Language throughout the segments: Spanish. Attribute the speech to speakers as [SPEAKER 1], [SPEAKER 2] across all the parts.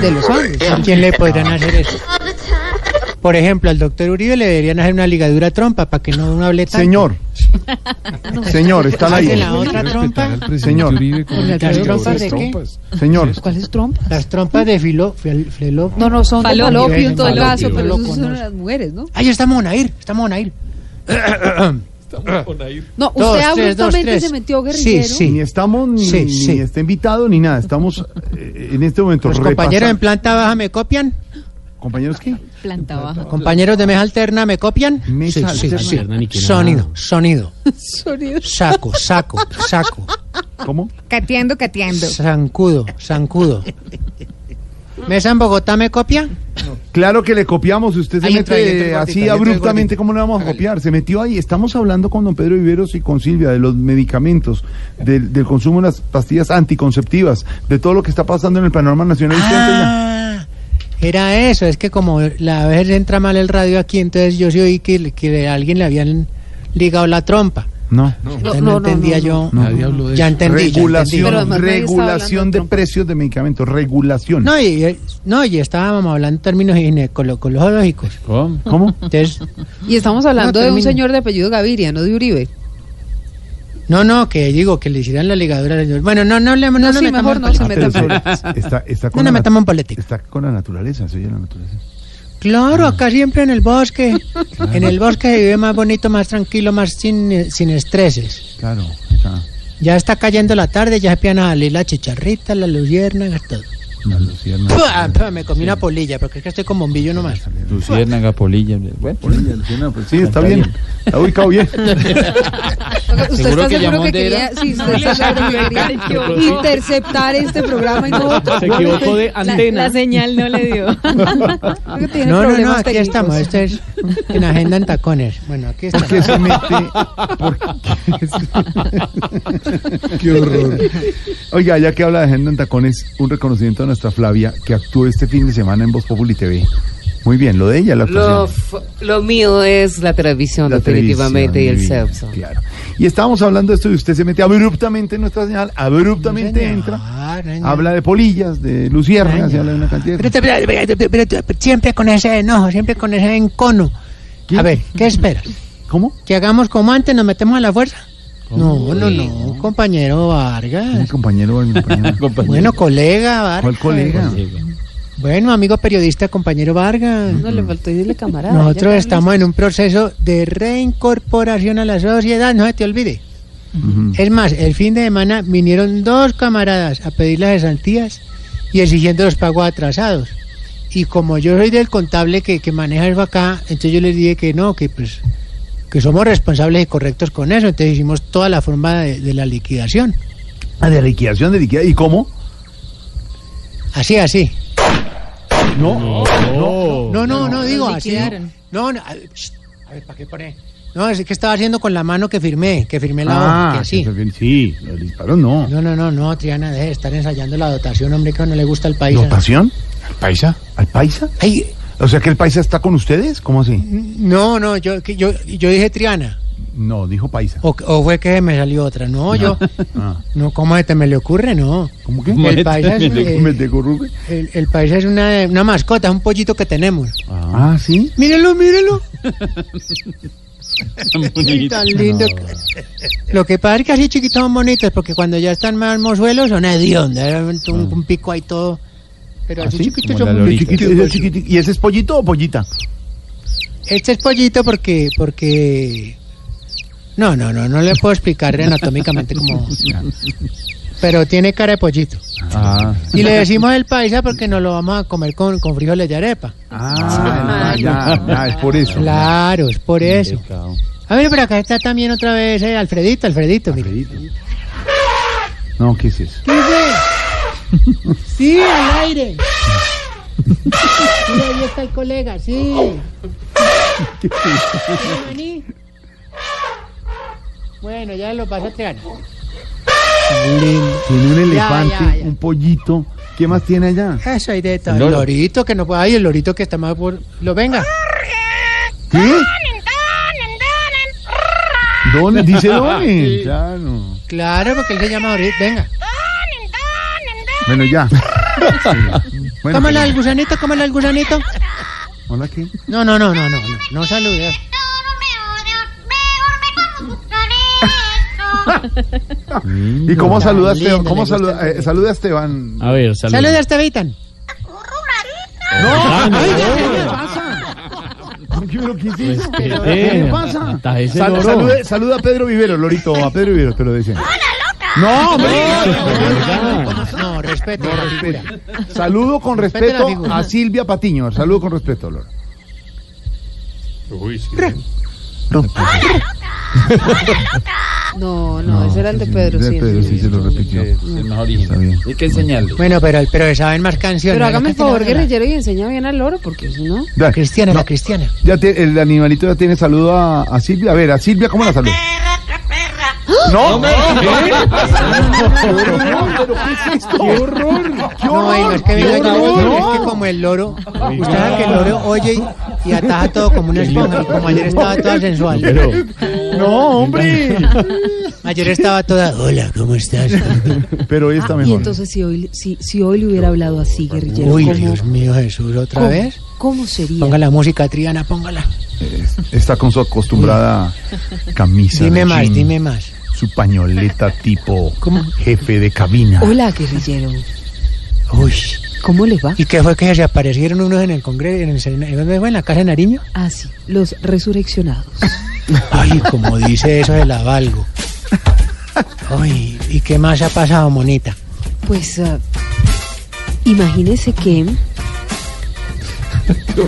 [SPEAKER 1] de los Andes. ¿A quién le podrían hacer eso? Por ejemplo, al doctor Uribe le deberían hacer una ligadura trompa para que no hable tanto.
[SPEAKER 2] Señor. Señor, está la
[SPEAKER 1] Hace
[SPEAKER 2] ahí.
[SPEAKER 1] Ah, la otra trompa.
[SPEAKER 2] Señor.
[SPEAKER 1] ¿Las trompas de qué?
[SPEAKER 2] Señor.
[SPEAKER 3] ¿Cuáles trompas?
[SPEAKER 1] Las Pues, trompas de filo, fel- flelo-
[SPEAKER 3] No, no, son
[SPEAKER 4] Falopio,
[SPEAKER 3] falopio
[SPEAKER 1] Falopio,
[SPEAKER 3] en todo el
[SPEAKER 1] falopio,
[SPEAKER 3] vaso, pero
[SPEAKER 1] loco,
[SPEAKER 3] eso son
[SPEAKER 1] no.
[SPEAKER 3] las mujeres, ¿no?
[SPEAKER 1] Ahí estamos a ir, estamos a ir.
[SPEAKER 3] No, usted
[SPEAKER 1] Dos, tres, dos,
[SPEAKER 3] abruptamente
[SPEAKER 1] tres.
[SPEAKER 3] se metió guerrillero.
[SPEAKER 1] Sí, sí.
[SPEAKER 2] Ni estamos, ni,
[SPEAKER 1] Sí, sí.
[SPEAKER 2] ni está invitado, ni nada. Estamos eh, en este momento
[SPEAKER 1] Los compañeros en
[SPEAKER 2] repasando-
[SPEAKER 1] planta baja me copian,
[SPEAKER 2] ¿Compañeros qué?
[SPEAKER 4] Planta baja.
[SPEAKER 1] compañeros de mesa alterna me copian.
[SPEAKER 2] Mesa alterna.
[SPEAKER 1] Sonido, sonido,
[SPEAKER 3] Sonido.
[SPEAKER 1] saco, saco, saco,
[SPEAKER 2] ¿Cómo?
[SPEAKER 4] Cateando, cateando.
[SPEAKER 1] zancudo, zancudo. Mesa en Bogotá me copia.
[SPEAKER 2] Claro que le copiamos, usted se
[SPEAKER 1] Ahí entra, ahí
[SPEAKER 2] mete
[SPEAKER 1] entra el
[SPEAKER 2] eh,
[SPEAKER 1] gordito, ahí
[SPEAKER 2] así
[SPEAKER 1] entra el
[SPEAKER 2] abruptamente,
[SPEAKER 1] gordito.
[SPEAKER 2] ¿cómo le vamos a copiar? Se metió ahí, estamos hablando con don Pedro Viveros y con Silvia de los medicamentos, del, del consumo de las pastillas anticonceptivas, de todo lo que está pasando en el panorama nacional. Usted entra
[SPEAKER 1] Ah, era eso, es que como la vez entra mal el radio aquí, entonces yo sí oí que, que a alguien le habían ligado la
[SPEAKER 2] en
[SPEAKER 1] trompa.
[SPEAKER 2] la- No.
[SPEAKER 1] Entonces
[SPEAKER 3] No,
[SPEAKER 1] no,
[SPEAKER 3] no, no,
[SPEAKER 1] entendía
[SPEAKER 3] no,
[SPEAKER 1] yo.
[SPEAKER 2] no.
[SPEAKER 5] Nadie habló de
[SPEAKER 1] Ya
[SPEAKER 5] eso.
[SPEAKER 1] entendí. ya entendí.
[SPEAKER 3] Pero
[SPEAKER 2] regulación,
[SPEAKER 3] además nadie estaba
[SPEAKER 2] regulación
[SPEAKER 3] hablando de
[SPEAKER 2] de
[SPEAKER 3] Trump.
[SPEAKER 2] precios de medicamentos, regulación.
[SPEAKER 1] No, y, eh, no, y estábamos hablando en términos ginecológicos.
[SPEAKER 5] ¿Cómo?
[SPEAKER 2] ¿Cómo?
[SPEAKER 1] Entonces,
[SPEAKER 3] Y estamos hablando
[SPEAKER 1] No,
[SPEAKER 3] de un
[SPEAKER 1] termine.
[SPEAKER 3] señor de apellido Gaviria, no de Uribe.
[SPEAKER 1] no, no, que digo que le hicieran la ligadura. al señor. Bueno, no, no, hablemos- no,
[SPEAKER 3] No,
[SPEAKER 1] nos
[SPEAKER 3] sí,
[SPEAKER 1] metamos
[SPEAKER 3] mejor
[SPEAKER 1] en
[SPEAKER 3] no se
[SPEAKER 1] política.
[SPEAKER 3] meta
[SPEAKER 2] Ah, Pero
[SPEAKER 3] por-
[SPEAKER 2] eso está, está
[SPEAKER 1] No
[SPEAKER 2] con la
[SPEAKER 1] nos metamos en
[SPEAKER 2] natu-
[SPEAKER 1] política.
[SPEAKER 2] está con la naturaleza, se oye la naturaleza.
[SPEAKER 1] Claro, acá siempre en el bosque. En el bosque se vive más bonito, más tranquilo, más sin, eh, sin estreses.
[SPEAKER 2] Claro, está
[SPEAKER 1] Ya está cayendo la tarde, ya empiezan a salir la chicharrita, la luciérnaga, todo.
[SPEAKER 2] la lucierna.
[SPEAKER 1] ¡Pua! ¡Pua! Me comí una polilla, porque es que estoy con bombillo nomás.
[SPEAKER 5] Luciérnaga, polilla. Bueno,
[SPEAKER 2] Sí, está bien, está ubicado bien.
[SPEAKER 3] Usted
[SPEAKER 5] Seguro
[SPEAKER 3] está
[SPEAKER 5] que
[SPEAKER 3] seguro
[SPEAKER 5] llamó
[SPEAKER 3] que
[SPEAKER 5] Andera.
[SPEAKER 3] quería, sí, usted está seguro que quería interceptar este programa y no otro.
[SPEAKER 6] Se equivocó de antena.
[SPEAKER 4] La señal no le dio.
[SPEAKER 3] Creo que tiene
[SPEAKER 1] No, no, no,
[SPEAKER 3] problemas
[SPEAKER 1] aquí
[SPEAKER 3] técnicos.
[SPEAKER 1] estamos. Esto es en agenda en tacones. Bueno, aquí
[SPEAKER 2] ¿Por
[SPEAKER 1] estamos.
[SPEAKER 2] qué se mete? ¿Por qué se- qué horror. Oiga, ya que habla de agenda en tacones, un reconocimiento a nuestra Flavia que actuó este fin de semana en Voz Populi TV. Muy bien, lo de ella, la
[SPEAKER 7] Lo,
[SPEAKER 2] actuación.
[SPEAKER 7] f- lo mío es la televisión,
[SPEAKER 2] La
[SPEAKER 7] definitivamente, y el
[SPEAKER 2] televisión,
[SPEAKER 7] sexo.
[SPEAKER 2] Claro. Y estábamos hablando de esto y usted se mete abruptamente en nuestra señal, abruptamente
[SPEAKER 1] Señor, Ah,
[SPEAKER 2] entra,
[SPEAKER 1] señor.
[SPEAKER 2] habla de polillas, de luciernas, y habla de una cantidad de
[SPEAKER 1] Pero, pero, pero, pero, pero, pero, siempre con ese enojo, siempre con ese encono. A ver, ¿qué esperas?
[SPEAKER 2] ¿Cómo?
[SPEAKER 1] ¿Que hagamos como antes, nos metemos a la fuerza? No, no, no, compañero
[SPEAKER 2] Mi
[SPEAKER 1] Vargas.
[SPEAKER 2] compañero, mi compañero.
[SPEAKER 1] Bueno, colega Vargas.
[SPEAKER 2] ¿Cuál colega?
[SPEAKER 1] Bueno, amigo periodista, compañero Vargas.
[SPEAKER 3] No le faltó decirle camarada.
[SPEAKER 1] Nosotros estamos en un proceso de reincorporación a la sociedad, no se te olvide. Es más, el fin de semana vinieron dos camaradas a pedir las cesantías y exigiendo los pagos atrasados. Y como yo soy del contable que, que maneja eso acá, entonces yo les dije que no, que pues que somos responsables y correctos con eso. Entonces hicimos toda la forma de, de la liquidación.
[SPEAKER 2] Ah, de liquidación, de liquidación. ¿Y cómo?
[SPEAKER 1] Así, así.
[SPEAKER 2] No,
[SPEAKER 1] No, no, no, digo
[SPEAKER 4] Los
[SPEAKER 1] así.
[SPEAKER 4] liquidaron.
[SPEAKER 1] No, no, a ver, psst, a ver, ¿para qué pone? No, es que estaba haciendo con la mano que firmé, que firmé la hoja, que
[SPEAKER 2] Ah,
[SPEAKER 1] así.
[SPEAKER 2] que se- sí, lo disparó no.
[SPEAKER 1] No, no, no, no, Triana, deje de estar ensayando la dotación, hombre, que no le gusta al país.
[SPEAKER 2] ¿Dotación? ¿Al paisa? ¿Al paisa?
[SPEAKER 1] Ay,
[SPEAKER 2] O sea que el paisa está con ustedes, ¿cómo así?
[SPEAKER 1] no, no, yo, que yo, yo dije Triana,
[SPEAKER 2] No, dijo paisa.
[SPEAKER 1] o, o fue que me salió otra. No, yo,
[SPEAKER 2] Ah,
[SPEAKER 1] no, ¿cómo se te me le ocurre? No.
[SPEAKER 2] ¿Cómo que?
[SPEAKER 1] El país es, eh,
[SPEAKER 2] Me te corrupe.
[SPEAKER 1] el, el país es una, una mascota, un pollito que tenemos.
[SPEAKER 2] Ah, sí.
[SPEAKER 1] Mírenlo, mírenlo. Ay, tan lindo. Lo que pasa es que así chiquitos son bonitos, porque cuando ya están más mozuelos son hediondos, era un, un- un pico ahí todo. Pero así
[SPEAKER 2] ¿Así?
[SPEAKER 1] chiquitos
[SPEAKER 2] Como la
[SPEAKER 1] son muy
[SPEAKER 2] lorita.
[SPEAKER 1] chiquitos.
[SPEAKER 2] Ese chiquiti- ¿Y ese es pollito o pollita?
[SPEAKER 1] Este es pollito porque, porque... No, no, no, no le puedo explicar anatómicamente como... Pero tiene cara de pollito.
[SPEAKER 2] Ah,
[SPEAKER 1] Y le decimos el paisa porque nos lo vamos a comer con, con frijoles de arepa.
[SPEAKER 2] ah ya, ya, es por
[SPEAKER 6] Ah,
[SPEAKER 2] eso.
[SPEAKER 1] Claro, es por eso. A ver, por acá está también otra vez eh, Alfredito, Alfredito, mira.
[SPEAKER 2] No, ¿qué es eso?
[SPEAKER 1] ¿Qué dice? Sí, al aire. Mira, ahí está el colega, sí. Bueno, vení. Bueno, ya lo pasó Triana.
[SPEAKER 2] Tiene un elefante,
[SPEAKER 1] ya, ya.
[SPEAKER 2] un pollito. ¿Qué más tiene allá?
[SPEAKER 1] Eso hay de todo.
[SPEAKER 5] El
[SPEAKER 1] El
[SPEAKER 5] loro.
[SPEAKER 1] lorito que no puede. Ay, el lorito que está más por. Lo venga.
[SPEAKER 2] ¿Qué? Dones, dice Dones. Ya no.
[SPEAKER 1] Claro, porque él se llama Lorito. Venga.
[SPEAKER 2] Bueno, ya. Bueno,
[SPEAKER 1] cómala
[SPEAKER 2] pero-
[SPEAKER 1] el gusanito, cómala el gusanito.
[SPEAKER 2] ¿Hola qué?
[SPEAKER 1] No, no, no, no, no, no, no saludes.
[SPEAKER 2] ¿Y cómo
[SPEAKER 1] Tan
[SPEAKER 2] saluda Esteban?
[SPEAKER 1] lindo,
[SPEAKER 2] ¿Cómo
[SPEAKER 1] le gusta
[SPEAKER 2] saluda,
[SPEAKER 1] el
[SPEAKER 2] eh, saluda Esteban?
[SPEAKER 6] A ver, saludos.
[SPEAKER 1] Saludos, Estevitan.
[SPEAKER 6] Ah, no, Pues,
[SPEAKER 2] ¿Qué pero qué es
[SPEAKER 5] Pues, eh,
[SPEAKER 2] eso?
[SPEAKER 6] respete,
[SPEAKER 2] ¿Qué le pasa?
[SPEAKER 6] estás ese
[SPEAKER 2] Sal-
[SPEAKER 6] loro.
[SPEAKER 2] salude- saluda a Pedro Vivero, Lorito, a Pedro Vivero te lo dicen. ¡No, hombre!
[SPEAKER 1] No, respeto.
[SPEAKER 2] Con
[SPEAKER 1] la
[SPEAKER 2] respeto.
[SPEAKER 1] figura.
[SPEAKER 2] Saludo con
[SPEAKER 1] Respete la
[SPEAKER 2] respeto
[SPEAKER 1] figura.
[SPEAKER 2] a Silvia Patiño. Saludo con respeto, Loro.
[SPEAKER 3] No, no, ese era el de Pedro,
[SPEAKER 2] De
[SPEAKER 3] sí.
[SPEAKER 2] Pedro, sí, se lo repitió.
[SPEAKER 5] Es el más original.
[SPEAKER 2] bien.
[SPEAKER 5] Hay que enseñarle.
[SPEAKER 1] Bueno, pero, pero saben más canciones.
[SPEAKER 3] Pero
[SPEAKER 1] ¿no?
[SPEAKER 3] hágame el favor,
[SPEAKER 1] Cantina,
[SPEAKER 3] guerrillero, y enseña bien al loro, porque si no...
[SPEAKER 2] Ya,
[SPEAKER 1] La cristiana,
[SPEAKER 2] no,
[SPEAKER 1] la cristiana.
[SPEAKER 2] ya te- el animalito ya tiene saludo a, a Silvia. A ver, a Silvia, ¿cómo la saluda? ¡No! ¡Qué horror! ¡Qué
[SPEAKER 1] No, venga, es que, venga, yo- es que como el loro, usted sabe que el loro oye y, y ataja todo como una esponja. y Como ayer estaba toda sensual.
[SPEAKER 6] Pero,
[SPEAKER 2] ¡No, hombre!
[SPEAKER 1] Ayer estaba toda, hola, ¿cómo estás?
[SPEAKER 2] Pero hoy está
[SPEAKER 3] Ah, Y
[SPEAKER 2] mejor.
[SPEAKER 3] entonces si hoy, si, si hoy le hubiera hablado así, guerrillero,
[SPEAKER 1] Uy,
[SPEAKER 3] ¿cómo,
[SPEAKER 1] Dios mío, Jesús, ¿otra
[SPEAKER 3] cómo-
[SPEAKER 1] vez?
[SPEAKER 3] cómo sería?
[SPEAKER 1] Ponga la música, Triana, póngala.
[SPEAKER 2] Está con su acostumbrada camisa.
[SPEAKER 1] Dime
[SPEAKER 2] de
[SPEAKER 1] más,
[SPEAKER 2] jean,
[SPEAKER 1] dime más.
[SPEAKER 2] Su pañoleta tipo
[SPEAKER 1] ¿Cómo?
[SPEAKER 2] jefe de cabina.
[SPEAKER 3] Hola, guerrillero,
[SPEAKER 1] Uy,
[SPEAKER 3] ¿cómo le va?
[SPEAKER 1] ¿y qué fue que se aparecieron unos en el Congreso, en el Sena- ¿dónde fue? ¿En la Casa de Nariño?
[SPEAKER 3] Así, Ah, los resurreccionados.
[SPEAKER 1] Ay, como dice eso, se la valgo. Ay, ¿y qué más ha pasado, monita?
[SPEAKER 3] Pues ah, imagínese que...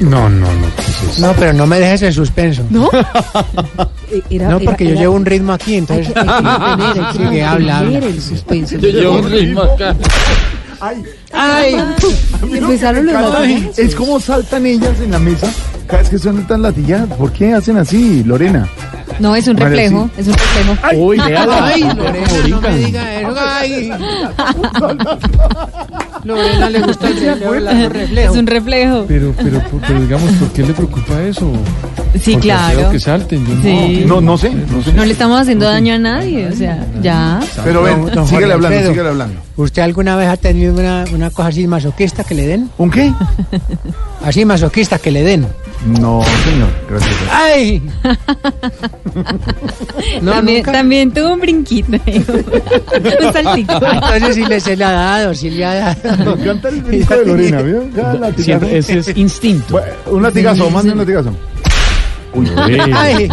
[SPEAKER 2] No, no, no.
[SPEAKER 1] No, pero no me dejes en suspenso.
[SPEAKER 3] ¿No? Eh, era-
[SPEAKER 1] No,
[SPEAKER 3] era-
[SPEAKER 1] porque yo
[SPEAKER 3] era-
[SPEAKER 1] llevo un ritmo aquí,
[SPEAKER 3] Hay que,
[SPEAKER 1] entonces...
[SPEAKER 3] hay que mantener, hay que
[SPEAKER 1] Sigue,
[SPEAKER 3] mantener
[SPEAKER 1] habla, habla.
[SPEAKER 3] el suspenso.
[SPEAKER 5] Yo llevo un ritmo acá.
[SPEAKER 1] ¡Ay!
[SPEAKER 3] Empezaron los
[SPEAKER 2] Ay,
[SPEAKER 3] latigazos.
[SPEAKER 2] es como saltan ellas en la mesa. Cada vez que suenan tan latilladas. ¿Por qué hacen así, Lorena?
[SPEAKER 4] No, es un
[SPEAKER 2] Vale,
[SPEAKER 4] reflejo, es un reflejo.
[SPEAKER 6] uy, véala.
[SPEAKER 1] ¡Ay, Lorena, no me diga eso! ¡Ay! Lorena le gusta el reflejo, la- el reflejo.
[SPEAKER 4] Es un reflejo.
[SPEAKER 8] Pero, pero, pero digamos, ¿por qué le preocupa eso?
[SPEAKER 4] Sí,
[SPEAKER 8] Porque creo
[SPEAKER 4] claro.
[SPEAKER 8] que salten. Yo
[SPEAKER 4] Sí.
[SPEAKER 2] No, no sé. No sé.
[SPEAKER 4] No le estamos haciendo daño a nadie, o sea, ya.
[SPEAKER 2] Pero ven,
[SPEAKER 1] Don Jorge
[SPEAKER 2] síguele hablando,
[SPEAKER 1] Alfredo.
[SPEAKER 2] síguele hablando.
[SPEAKER 1] ¿Usted alguna vez ha tenido una, una cosa así masoquista que le den?
[SPEAKER 2] ¿Un qué?
[SPEAKER 1] Así masoquista que le den.
[SPEAKER 2] No, señor. Gracias.
[SPEAKER 1] ¡Ay! No,
[SPEAKER 4] también,
[SPEAKER 1] nunca.
[SPEAKER 4] también tuvo un brinquito. un saltito.
[SPEAKER 1] Ah, Entonces si le se la ha dado, si le ha dado.
[SPEAKER 2] Me encanta el brinco de Lorena, ¿vio? Cada latigazo.
[SPEAKER 6] Siempre, ese es instinto.
[SPEAKER 2] Bueno, Un latigazo, mande un latigazo.
[SPEAKER 6] Uy,
[SPEAKER 1] ¡Ay!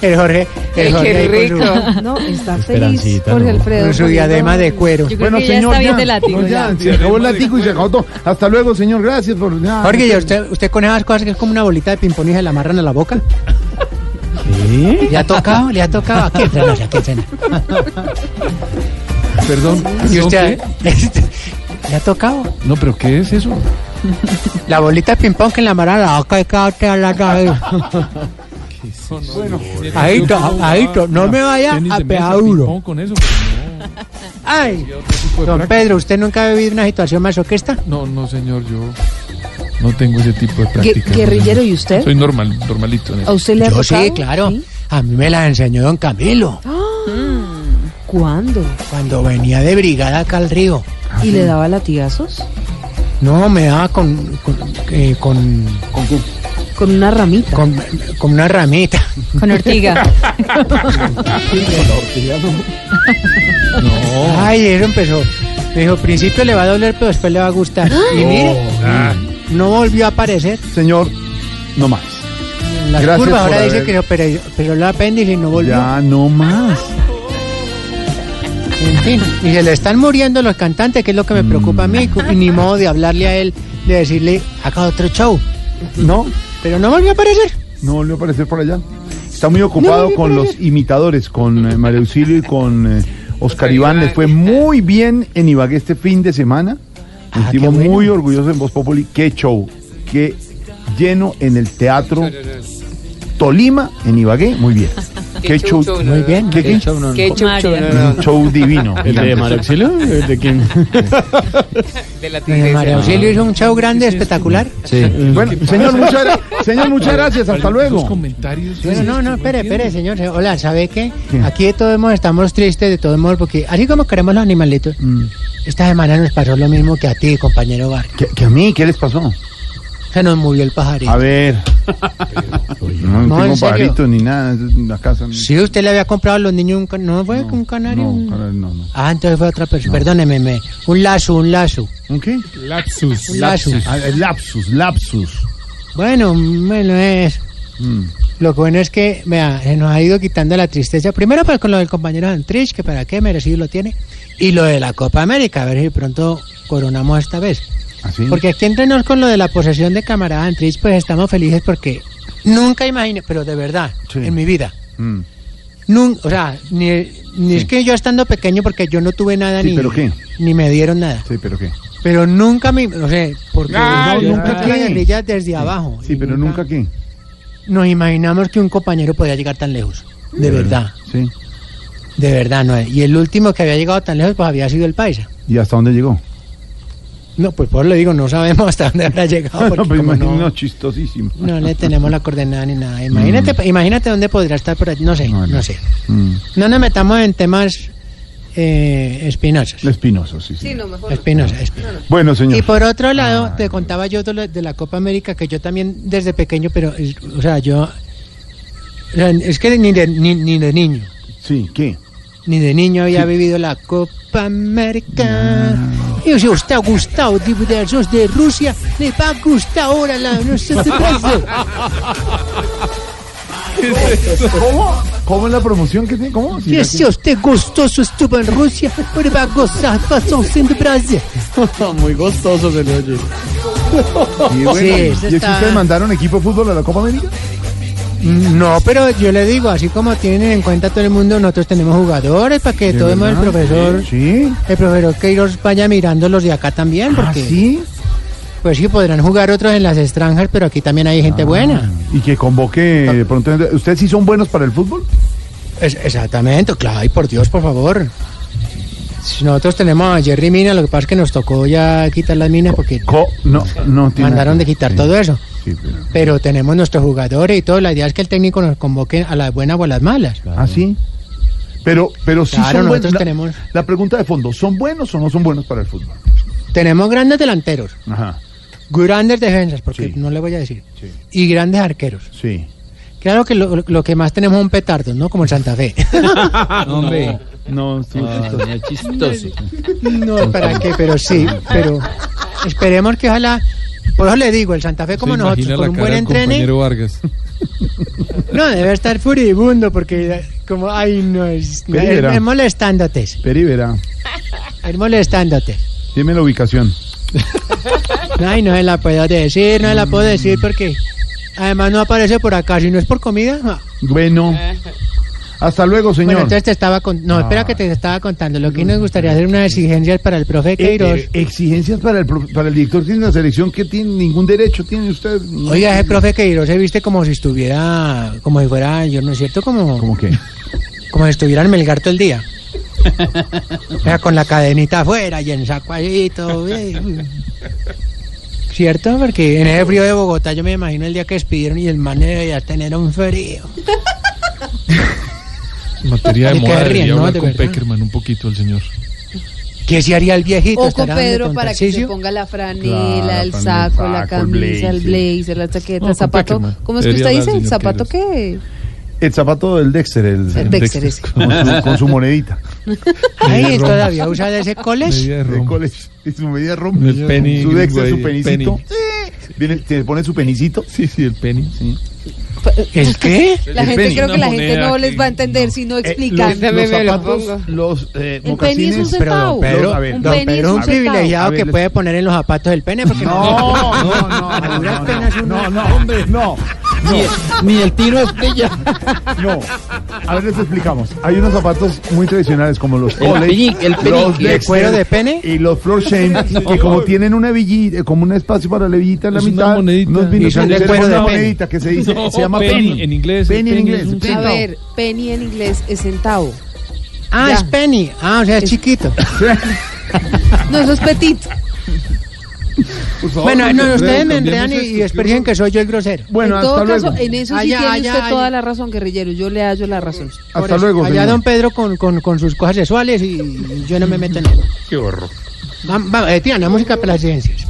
[SPEAKER 1] El Jorge, el
[SPEAKER 7] Ay,
[SPEAKER 1] Jorge
[SPEAKER 7] qué
[SPEAKER 1] ahí con su-
[SPEAKER 7] rico.
[SPEAKER 3] No, está feliz
[SPEAKER 6] Esperancita,
[SPEAKER 3] Jorge
[SPEAKER 6] no.
[SPEAKER 3] Alfredo.
[SPEAKER 1] con su
[SPEAKER 3] poniendo-
[SPEAKER 1] diadema de cuero.
[SPEAKER 4] Yo creo que ya está bien de látigo.
[SPEAKER 2] no,
[SPEAKER 4] ya.
[SPEAKER 2] ya, se acabó el látigo y se acabó todo. Hasta luego, señor. Gracias por.
[SPEAKER 3] Ah,
[SPEAKER 2] ya.
[SPEAKER 1] Jorge, ¿y usted, usted con esas cosas que es como una bolita de pimponija se la amarran a la boca? ¿Le ha tocado? ¿Le ha tocado? Aquí frena, aquí frena.
[SPEAKER 8] Perdón.
[SPEAKER 1] ¿Y
[SPEAKER 8] ¿no
[SPEAKER 1] usted?
[SPEAKER 8] qué?
[SPEAKER 1] Este, ¿Le ha tocado?
[SPEAKER 8] No, pero ¿qué es eso?
[SPEAKER 1] La bolita de ping-pong que en la amarran a la boca y cada otra la otra vez. Ajito, ajito, no me vaya
[SPEAKER 8] Tenis
[SPEAKER 1] a
[SPEAKER 8] de mesa,
[SPEAKER 1] pegar duro.
[SPEAKER 8] ping-pong Con eso, pero
[SPEAKER 1] ¡Ay!
[SPEAKER 8] no.
[SPEAKER 1] Don Pedro, ¿usted nunca ha vivido una situación masoquista?
[SPEAKER 8] No, no, señor, yo no tengo ese tipo de
[SPEAKER 3] Gue-
[SPEAKER 8] práctica.
[SPEAKER 3] guerrillero, ¿y usted?
[SPEAKER 8] Soy normal, normalito en eso.
[SPEAKER 3] ¿A usted le ha
[SPEAKER 1] Yo
[SPEAKER 3] tocado?
[SPEAKER 1] sí, claro. A mí me la enseñó don Camilo
[SPEAKER 4] Mm.
[SPEAKER 3] ¿Cuándo?
[SPEAKER 1] cuando venía de brigada acá al río.
[SPEAKER 3] ¿Y le daba latigazos?
[SPEAKER 1] No, me daba con con, eh, con,
[SPEAKER 3] Con una ramita.
[SPEAKER 1] con- con una ramita.
[SPEAKER 4] Con ortiga.
[SPEAKER 1] Ay, eso empezó. Me dijo, al principio le va a doler, pero después le va a gustar. Y mire,
[SPEAKER 2] Ah,
[SPEAKER 1] no volvió a aparecer.
[SPEAKER 2] Señor, no más.
[SPEAKER 1] En las
[SPEAKER 2] Gracias
[SPEAKER 1] curvas
[SPEAKER 2] por
[SPEAKER 1] ahora dice
[SPEAKER 2] haber-
[SPEAKER 1] que se operó, pero la apéndice y no volvió.
[SPEAKER 2] Ya no más.
[SPEAKER 1] En fin, y se le están muriendo los cantantes, que es lo que me
[SPEAKER 2] Mm.
[SPEAKER 1] preocupa a mí. Y ni modo de hablarle a él, de decirle, haga otro show.
[SPEAKER 2] No,
[SPEAKER 1] Pero no volvió a aparecer.
[SPEAKER 2] no volvió a aparecer por allá. Está muy ocupado con los imitadores, con eh, María Auxilio y con eh, Oscar Iván. Les fue muy bien en Ibagué este fin de semana.
[SPEAKER 1] Ah,
[SPEAKER 2] Nos sentimos
[SPEAKER 1] qué bueno.
[SPEAKER 2] muy orgullosos en Voz Populi. Qué show, qué lleno en el teatro Tolima, en Ibagué. Muy bien. Qué show.
[SPEAKER 1] Muy bien.
[SPEAKER 2] ¿Qué, qué?
[SPEAKER 7] Qué chucho,
[SPEAKER 4] María.
[SPEAKER 7] no,
[SPEAKER 2] Un show divino.
[SPEAKER 6] ¿El de Mario Auxilio? ¿El de quién?
[SPEAKER 7] no, de la
[SPEAKER 1] Doña María
[SPEAKER 7] tigre.
[SPEAKER 1] Auxilio hizo un show grande, espectacular.
[SPEAKER 2] Bueno, señor, muchas, gra- señor, muchas gracias. Hasta
[SPEAKER 8] Los
[SPEAKER 2] luego.
[SPEAKER 8] comentarios.
[SPEAKER 1] Bueno, no, no, espere, espere,
[SPEAKER 8] señor.
[SPEAKER 1] señor. señor. Hola, ¿sabe qué?
[SPEAKER 2] ¿Qué?
[SPEAKER 1] Aquí de todos modos estamos tristes, de todos modos, porque así como queremos los animalitos,
[SPEAKER 2] Mm.
[SPEAKER 1] esta semana nos pasó lo mismo que a ti, compañero Vargas.
[SPEAKER 2] ¿Qué, qué a mí? ¿Qué les pasó?
[SPEAKER 1] Se nos murió el pajarito.
[SPEAKER 2] A ver. No,
[SPEAKER 1] No,
[SPEAKER 2] tengo
[SPEAKER 1] ¿en serio?
[SPEAKER 2] pajaritos ni nada. es una casa.
[SPEAKER 1] Si usted le había comprado a los niños un can- no fue un canario.
[SPEAKER 2] No,
[SPEAKER 1] un-
[SPEAKER 2] canario, no, no.
[SPEAKER 1] Ah, entonces fue otra persona. Perdóneme, me- un lazo, un lazo.
[SPEAKER 2] ¿Un qué?
[SPEAKER 8] Lapsus.
[SPEAKER 1] Un lazo.
[SPEAKER 2] Ah, el lapsus, lapsus.
[SPEAKER 1] Bueno, bueno, es.
[SPEAKER 2] Mm.
[SPEAKER 1] Lo que bueno es que vea, se nos ha ido quitando la tristeza. Primero pues, con lo del compañero Antrich, que para qué merecido lo tiene. Y lo de la Copa América, a ver si pronto coronamos esta vez.
[SPEAKER 2] ¿Así?
[SPEAKER 1] Porque aquí entre nos con lo de la posesión de camarada Antrich, pues estamos felices porque nunca imaginé, pero de verdad,
[SPEAKER 2] Sí.
[SPEAKER 1] en mi vida.
[SPEAKER 2] Mm.
[SPEAKER 1] Nun- o sea, ni, ni es
[SPEAKER 2] Sí.
[SPEAKER 1] que yo estando pequeño porque yo no tuve nada
[SPEAKER 2] Sí,
[SPEAKER 1] ni,
[SPEAKER 2] ¿pero qué?
[SPEAKER 1] ni me dieron nada.
[SPEAKER 2] Sí, pero qué.
[SPEAKER 1] Pero nunca me, no sé, porque
[SPEAKER 8] Ah,
[SPEAKER 1] uno-
[SPEAKER 8] ya.
[SPEAKER 1] nunca
[SPEAKER 2] ¿Qué?
[SPEAKER 1] la guerrilla desde abajo.
[SPEAKER 2] Sí,
[SPEAKER 1] y
[SPEAKER 2] pero nunca qué.
[SPEAKER 1] Nos imaginamos que un compañero podía llegar tan lejos. De verdad,
[SPEAKER 2] Sí.
[SPEAKER 1] de verdad, no es. Y el último que había llegado tan lejos, pues había sido el paisa.
[SPEAKER 2] ¿Y hasta dónde llegó?
[SPEAKER 1] No, pues por lo digo, no sabemos hasta dónde habrá
[SPEAKER 2] No,
[SPEAKER 1] llegado. Porque
[SPEAKER 2] pues
[SPEAKER 1] como
[SPEAKER 2] imagino,
[SPEAKER 1] no,
[SPEAKER 2] chistosísimo.
[SPEAKER 1] no le tenemos la coordenada ni nada. Imagínate, imagínate dónde podría estar por allí. No sé,
[SPEAKER 2] No,
[SPEAKER 1] no,
[SPEAKER 2] no.
[SPEAKER 1] sé.
[SPEAKER 2] Mm.
[SPEAKER 1] No nos metamos en temas eh, espinosos.
[SPEAKER 2] Espinoso, sí, sí.
[SPEAKER 7] Sí, no, mejor. no.
[SPEAKER 1] Espinosa, espinosa.
[SPEAKER 2] Bueno, señor.
[SPEAKER 1] Y por otro lado, te contaba yo de, lo- de la Copa América, que yo también desde pequeño, pero, es- o sea, yo. o sea, es que ni de, ni, ni de niño,
[SPEAKER 2] Sí, ¿qué?
[SPEAKER 1] ni de niño había vivido la Copa América. Y si usted ha gustado diversos de Rusia, le va a gustar ahora la. No sé este qué pasa.
[SPEAKER 4] pues,
[SPEAKER 2] ¿Cómo? ¿Cómo es la promoción que tiene? ¿Cómo? Sí,
[SPEAKER 1] Que
[SPEAKER 2] la-
[SPEAKER 1] si usted gustoso estuvo en Rusia, ahora va a gozar pasó en Brasil.
[SPEAKER 6] Muy gostoso se le oye.
[SPEAKER 2] Sí, bueno.
[SPEAKER 1] Sí,
[SPEAKER 2] ¿Y
[SPEAKER 1] eso
[SPEAKER 2] es que
[SPEAKER 1] está-
[SPEAKER 2] ustedes mandaron equipo de fútbol a la Copa América?
[SPEAKER 1] No, pero yo le digo, así como tienen en cuenta todo el mundo, nosotros tenemos jugadores para que todo el mundo, el profesor.
[SPEAKER 2] Sí.
[SPEAKER 1] El profesor Queiroz vaya mirando los de acá también,
[SPEAKER 2] ¿Ah,
[SPEAKER 1] porque
[SPEAKER 2] sí?
[SPEAKER 1] pues sí podrán jugar otros en las extranjas, pero aquí también hay
[SPEAKER 2] Ah.
[SPEAKER 1] gente buena.
[SPEAKER 2] Y que convoque de pronto. ¿Ustedes sí son buenos para el fútbol?
[SPEAKER 1] Es- exactamente, claro, y por Dios, por favor. Si Nosotros tenemos a Jerry Mina, lo que pasa es que nos tocó ya quitar las minas porque
[SPEAKER 2] Co- no, no tiene
[SPEAKER 1] mandaron
[SPEAKER 2] nada.
[SPEAKER 1] de quitar
[SPEAKER 2] Sí,
[SPEAKER 1] todo eso.
[SPEAKER 2] Sí, pero...
[SPEAKER 1] Pero tenemos nuestros jugadores y todo. La idea es que el técnico nos convoque a las buenas o a las malas.
[SPEAKER 2] Ah, sí. Pero, pero sí
[SPEAKER 1] Claro,
[SPEAKER 2] son buenos.
[SPEAKER 1] nosotros
[SPEAKER 2] La,
[SPEAKER 1] tenemos-
[SPEAKER 2] la pregunta de fondo, ¿son buenos o no son buenos para el fútbol?
[SPEAKER 1] Tenemos grandes delanteros,
[SPEAKER 2] Ajá,
[SPEAKER 1] grandes defensas, porque
[SPEAKER 2] Sí.
[SPEAKER 1] no le voy a decir,
[SPEAKER 2] Sí.
[SPEAKER 1] y grandes arqueros.
[SPEAKER 2] sí.
[SPEAKER 1] Claro que lo, lo que más tenemos son petardos, ¿no? Como el Santa Fe.
[SPEAKER 6] Ah,
[SPEAKER 8] Ah,
[SPEAKER 6] Hombre.
[SPEAKER 2] No,
[SPEAKER 6] Ah.
[SPEAKER 5] Ay, chistoso.
[SPEAKER 1] No, ¿para qué? Pero sí, pero esperemos que ojalá. Por eso le digo, el Santa Fe como
[SPEAKER 8] Se
[SPEAKER 1] nosotros,
[SPEAKER 8] imagina
[SPEAKER 1] con
[SPEAKER 8] la
[SPEAKER 1] un
[SPEAKER 8] cara
[SPEAKER 1] buen
[SPEAKER 8] del
[SPEAKER 1] entrene,
[SPEAKER 8] compañero Vargas.
[SPEAKER 1] no, debe estar furibundo porque eh, como, ay, no, es,
[SPEAKER 2] Pero
[SPEAKER 1] es-
[SPEAKER 2] era.
[SPEAKER 1] es molestándote, es
[SPEAKER 2] Perívera,
[SPEAKER 1] molestándote.
[SPEAKER 2] dime la ubicación.
[SPEAKER 1] Ay, no se la puedo decir, no se la puedo
[SPEAKER 2] Mm.
[SPEAKER 1] decir porque además no aparece por acá, si no es por comida. no.
[SPEAKER 2] Bueno. Hasta luego, señor.
[SPEAKER 1] Bueno, entonces te estaba con, no, espera que te estaba contando, lo que nos gustaría hacer unas exigencias para el profe
[SPEAKER 2] Ah. Eh,
[SPEAKER 1] Queiroz.
[SPEAKER 2] eh, exigencias para el, pro- para el director tiene la selección que tiene ningún derecho tiene usted. No.
[SPEAKER 1] Oiga, ese profe Queiroz se viste como si estuviera, como si fuera, yo no es cierto, como...
[SPEAKER 2] ¿Cómo qué?
[SPEAKER 1] Como si estuviera en Melgar todo el día. O sea, con la cadenita afuera y en saco así, todo bien. ¿Cierto? Porque en ese frío de Bogotá yo me imagino el día que despidieron y el man debía tener un frío.
[SPEAKER 8] Materia
[SPEAKER 1] Vale,
[SPEAKER 8] de moda
[SPEAKER 1] qué
[SPEAKER 8] debería
[SPEAKER 1] ríen, ¿no?
[SPEAKER 8] hablar
[SPEAKER 1] De
[SPEAKER 8] con
[SPEAKER 1] verdad.
[SPEAKER 8] Peckerman un poquito el señor.
[SPEAKER 1] ¿Qué se haría el viejito?
[SPEAKER 3] O con
[SPEAKER 1] ¿Estará dando
[SPEAKER 3] Pedro para que se
[SPEAKER 1] contactillo?
[SPEAKER 3] ponga la
[SPEAKER 2] Claro,
[SPEAKER 3] franela,
[SPEAKER 2] la
[SPEAKER 3] el
[SPEAKER 2] franela, el
[SPEAKER 3] saco, la
[SPEAKER 2] saco, el
[SPEAKER 3] camisa,
[SPEAKER 2] blazer.
[SPEAKER 3] el blazer, la chaqueta,
[SPEAKER 8] No,
[SPEAKER 3] el
[SPEAKER 8] con
[SPEAKER 3] zapato.
[SPEAKER 8] Peckerman.
[SPEAKER 3] ¿Cómo es que
[SPEAKER 8] Debería
[SPEAKER 3] usted dice?
[SPEAKER 8] hablar,
[SPEAKER 3] ¿El
[SPEAKER 8] señor
[SPEAKER 3] zapato
[SPEAKER 8] Queiroz.
[SPEAKER 3] qué?
[SPEAKER 2] El zapato del Dexter, el,
[SPEAKER 3] El Dexter ese.
[SPEAKER 2] con, su, con su monedita.
[SPEAKER 1] Ay, todavía usa de ese coles.
[SPEAKER 8] Media de
[SPEAKER 2] De
[SPEAKER 8] rom.
[SPEAKER 2] cuál es? Es su medida rompe.
[SPEAKER 8] El penny
[SPEAKER 2] su Dexter,
[SPEAKER 8] gringo
[SPEAKER 2] su
[SPEAKER 8] ahí,
[SPEAKER 2] penicito.
[SPEAKER 8] penny.
[SPEAKER 2] Sí. Viene, te pone su penicito.
[SPEAKER 8] Sí, sí, el penny. Sí.
[SPEAKER 1] ¿El qué?
[SPEAKER 3] La
[SPEAKER 8] El
[SPEAKER 3] gente
[SPEAKER 8] penny.
[SPEAKER 3] creo que la
[SPEAKER 8] Una
[SPEAKER 3] gente
[SPEAKER 8] moneda
[SPEAKER 3] no
[SPEAKER 8] que-
[SPEAKER 3] les va a entender si no
[SPEAKER 2] Eh,
[SPEAKER 3] explican.
[SPEAKER 7] los- me lo pongo.
[SPEAKER 2] zapatos, los eh,
[SPEAKER 3] El penny es un
[SPEAKER 2] mocasines.
[SPEAKER 1] Pero don
[SPEAKER 3] centavo.
[SPEAKER 1] Pedro,
[SPEAKER 2] A ver,
[SPEAKER 3] un
[SPEAKER 1] don
[SPEAKER 3] penny
[SPEAKER 1] Pedro es un
[SPEAKER 3] es un centavo.
[SPEAKER 2] A
[SPEAKER 1] privilegiado
[SPEAKER 2] ver,
[SPEAKER 1] que
[SPEAKER 2] les-
[SPEAKER 1] puede poner en los zapatos del pene porque
[SPEAKER 2] No, no, no, no, no, no, no, no, hombre, no,
[SPEAKER 6] Ni el tiro es bella.
[SPEAKER 2] no. A ver, les explicamos. Hay unos zapatos muy tradicionales como los
[SPEAKER 5] El
[SPEAKER 2] Olay,
[SPEAKER 5] penique, el
[SPEAKER 2] los
[SPEAKER 5] penique.
[SPEAKER 1] ¿De cuero de pene?
[SPEAKER 2] y los floor shame, que como tienen una hebillita, como un espacio para la hebillita en la
[SPEAKER 8] Es una
[SPEAKER 2] mitad,
[SPEAKER 8] monedita.
[SPEAKER 2] unos
[SPEAKER 8] Y
[SPEAKER 2] vinos
[SPEAKER 1] son de
[SPEAKER 2] con
[SPEAKER 1] cuero de
[SPEAKER 2] una
[SPEAKER 1] pene.
[SPEAKER 2] monedita que se dice, se llama
[SPEAKER 8] Penny en inglés.
[SPEAKER 2] Penny en inglés,
[SPEAKER 8] es un
[SPEAKER 2] penny.
[SPEAKER 3] A
[SPEAKER 8] centavo.
[SPEAKER 3] ver, penny en inglés es centavo.
[SPEAKER 1] Ah,
[SPEAKER 3] Ya.
[SPEAKER 1] es Penny. Ah, o sea, es chiquito.
[SPEAKER 3] No, eso es petit.
[SPEAKER 2] Por favor,
[SPEAKER 1] Bueno, no,
[SPEAKER 2] Alfredo,
[SPEAKER 1] ustedes me
[SPEAKER 2] cambiemos
[SPEAKER 1] enredan y,
[SPEAKER 2] esto,
[SPEAKER 1] y
[SPEAKER 2] ¿qué
[SPEAKER 1] después dicen
[SPEAKER 2] horror?
[SPEAKER 1] que soy yo el grosero.
[SPEAKER 2] Bueno,
[SPEAKER 3] en todo
[SPEAKER 2] hasta
[SPEAKER 3] caso,
[SPEAKER 2] luego.
[SPEAKER 3] en eso sí
[SPEAKER 1] Allá,
[SPEAKER 3] tiene
[SPEAKER 1] allá,
[SPEAKER 3] usted toda
[SPEAKER 1] allá.
[SPEAKER 3] la razón, guerrillero. Yo le hallo la razón.
[SPEAKER 2] Hasta luego,
[SPEAKER 1] Allá
[SPEAKER 2] señor.
[SPEAKER 1] don Pedro con, con, con sus cosas sexuales y yo no me meto en eso.
[SPEAKER 2] Qué horror.
[SPEAKER 1] Vamos, va, eh, tía, la música para las ciencias.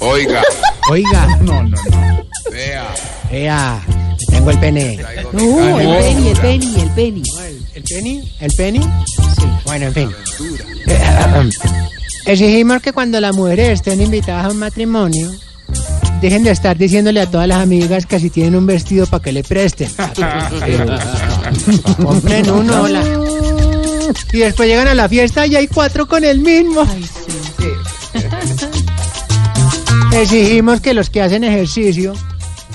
[SPEAKER 9] Oiga,
[SPEAKER 1] Oiga,
[SPEAKER 2] No, no, no.
[SPEAKER 9] vea,
[SPEAKER 1] vea, tengo el pene.
[SPEAKER 9] traigo mi
[SPEAKER 3] No, el
[SPEAKER 9] calentura.
[SPEAKER 3] penny, el penny, el penny.
[SPEAKER 1] ¿El penny? ¿El penny? Sí. Bueno, en fin. Eh, Exigimos que cuando las mujeres estén invitadas a un matrimonio, dejen de estar diciéndole a todas las amigas que si tienen un vestido para que le presten. Compren uno, hola. Y después llegan a la fiesta y hay cuatro con el mismo. Exigimos que los que hacen ejercicio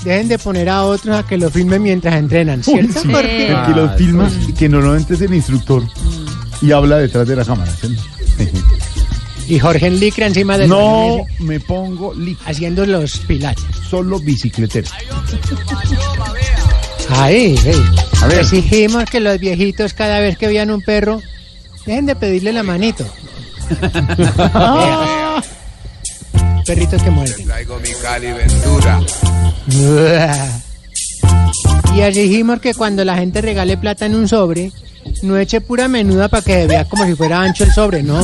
[SPEAKER 1] dejen de poner a otros a que lo filmen mientras entrenan, ¿cierto? Porque-
[SPEAKER 2] El que los filma, que normalmente es el instructor y habla detrás de la cámara. ¿sí?
[SPEAKER 1] Y Jorge en licra encima del
[SPEAKER 2] No
[SPEAKER 1] barrilete,
[SPEAKER 2] me pongo líquido,
[SPEAKER 1] haciendo los pilates.
[SPEAKER 2] solo bicicletero.
[SPEAKER 1] Ahí, ahí.
[SPEAKER 2] A ver.
[SPEAKER 1] Exigimos que los viejitos cada vez que vean un perro dejen de pedirle la manito. Perritos que muerden.
[SPEAKER 9] Traigo mi Cali Ventura.
[SPEAKER 1] Y exigimos que cuando la gente regale plata en un sobre, no eche pura menuda para que se vea como si fuera ancho el sobre, no.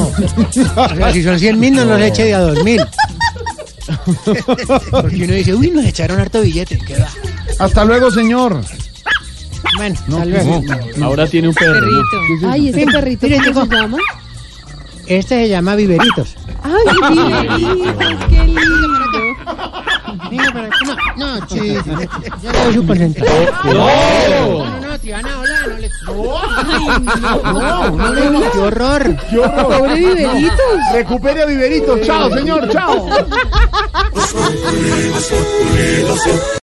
[SPEAKER 1] O sea, si son 100 mil, no los eche de a 2 mil. Porque uno dice, uy, nos echaron harto billete. ¿qué va?
[SPEAKER 2] Hasta luego, señor.
[SPEAKER 1] Bueno,
[SPEAKER 2] No,
[SPEAKER 1] hasta luego.
[SPEAKER 6] Ahora tiene un perro. ¿no?
[SPEAKER 2] ¿Qué es eso?
[SPEAKER 3] Ay, ese perrito,
[SPEAKER 1] Mire,
[SPEAKER 3] ¿cómo
[SPEAKER 1] llegó.
[SPEAKER 3] se llama?
[SPEAKER 1] Este se llama Viveritos.
[SPEAKER 3] Ay, Viveritos, qué lindo.
[SPEAKER 1] Venga, pero es que no, no, chico. Yo le doy su porcentaje. No, no, no, Tiana, hola, Oh, no le. No, no, no, no, qué horror.
[SPEAKER 2] ¡Qué horror!
[SPEAKER 3] Pobre Viveritos.
[SPEAKER 2] Recupere a Viverito. Chao, señor. Chao.